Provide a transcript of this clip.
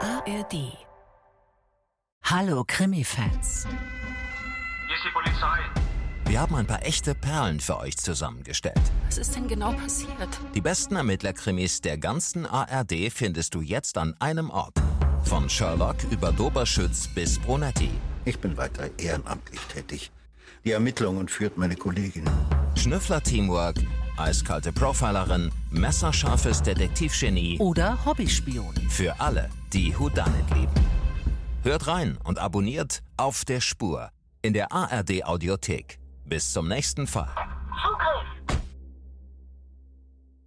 ARD. Hallo Krimi-Fans. Hier ist die Polizei. Wir haben ein paar echte Perlen für euch zusammengestellt. Was ist denn genau passiert? Die besten Ermittlerkrimis der ganzen ARD findest du jetzt an einem Ort. Von Sherlock über Doberschütz bis Brunetti. Ich bin weiter ehrenamtlich tätig. Die Ermittlungen führt meine Kollegin. Schnüffler-Teamwork, eiskalte Profilerin, messerscharfes Detektivgenie. Oder Hobbyspion. Für alle, die Houdanet lieben. Hört rein und abonniert Auf der Spur in der ARD Audiothek. Bis zum nächsten Fall.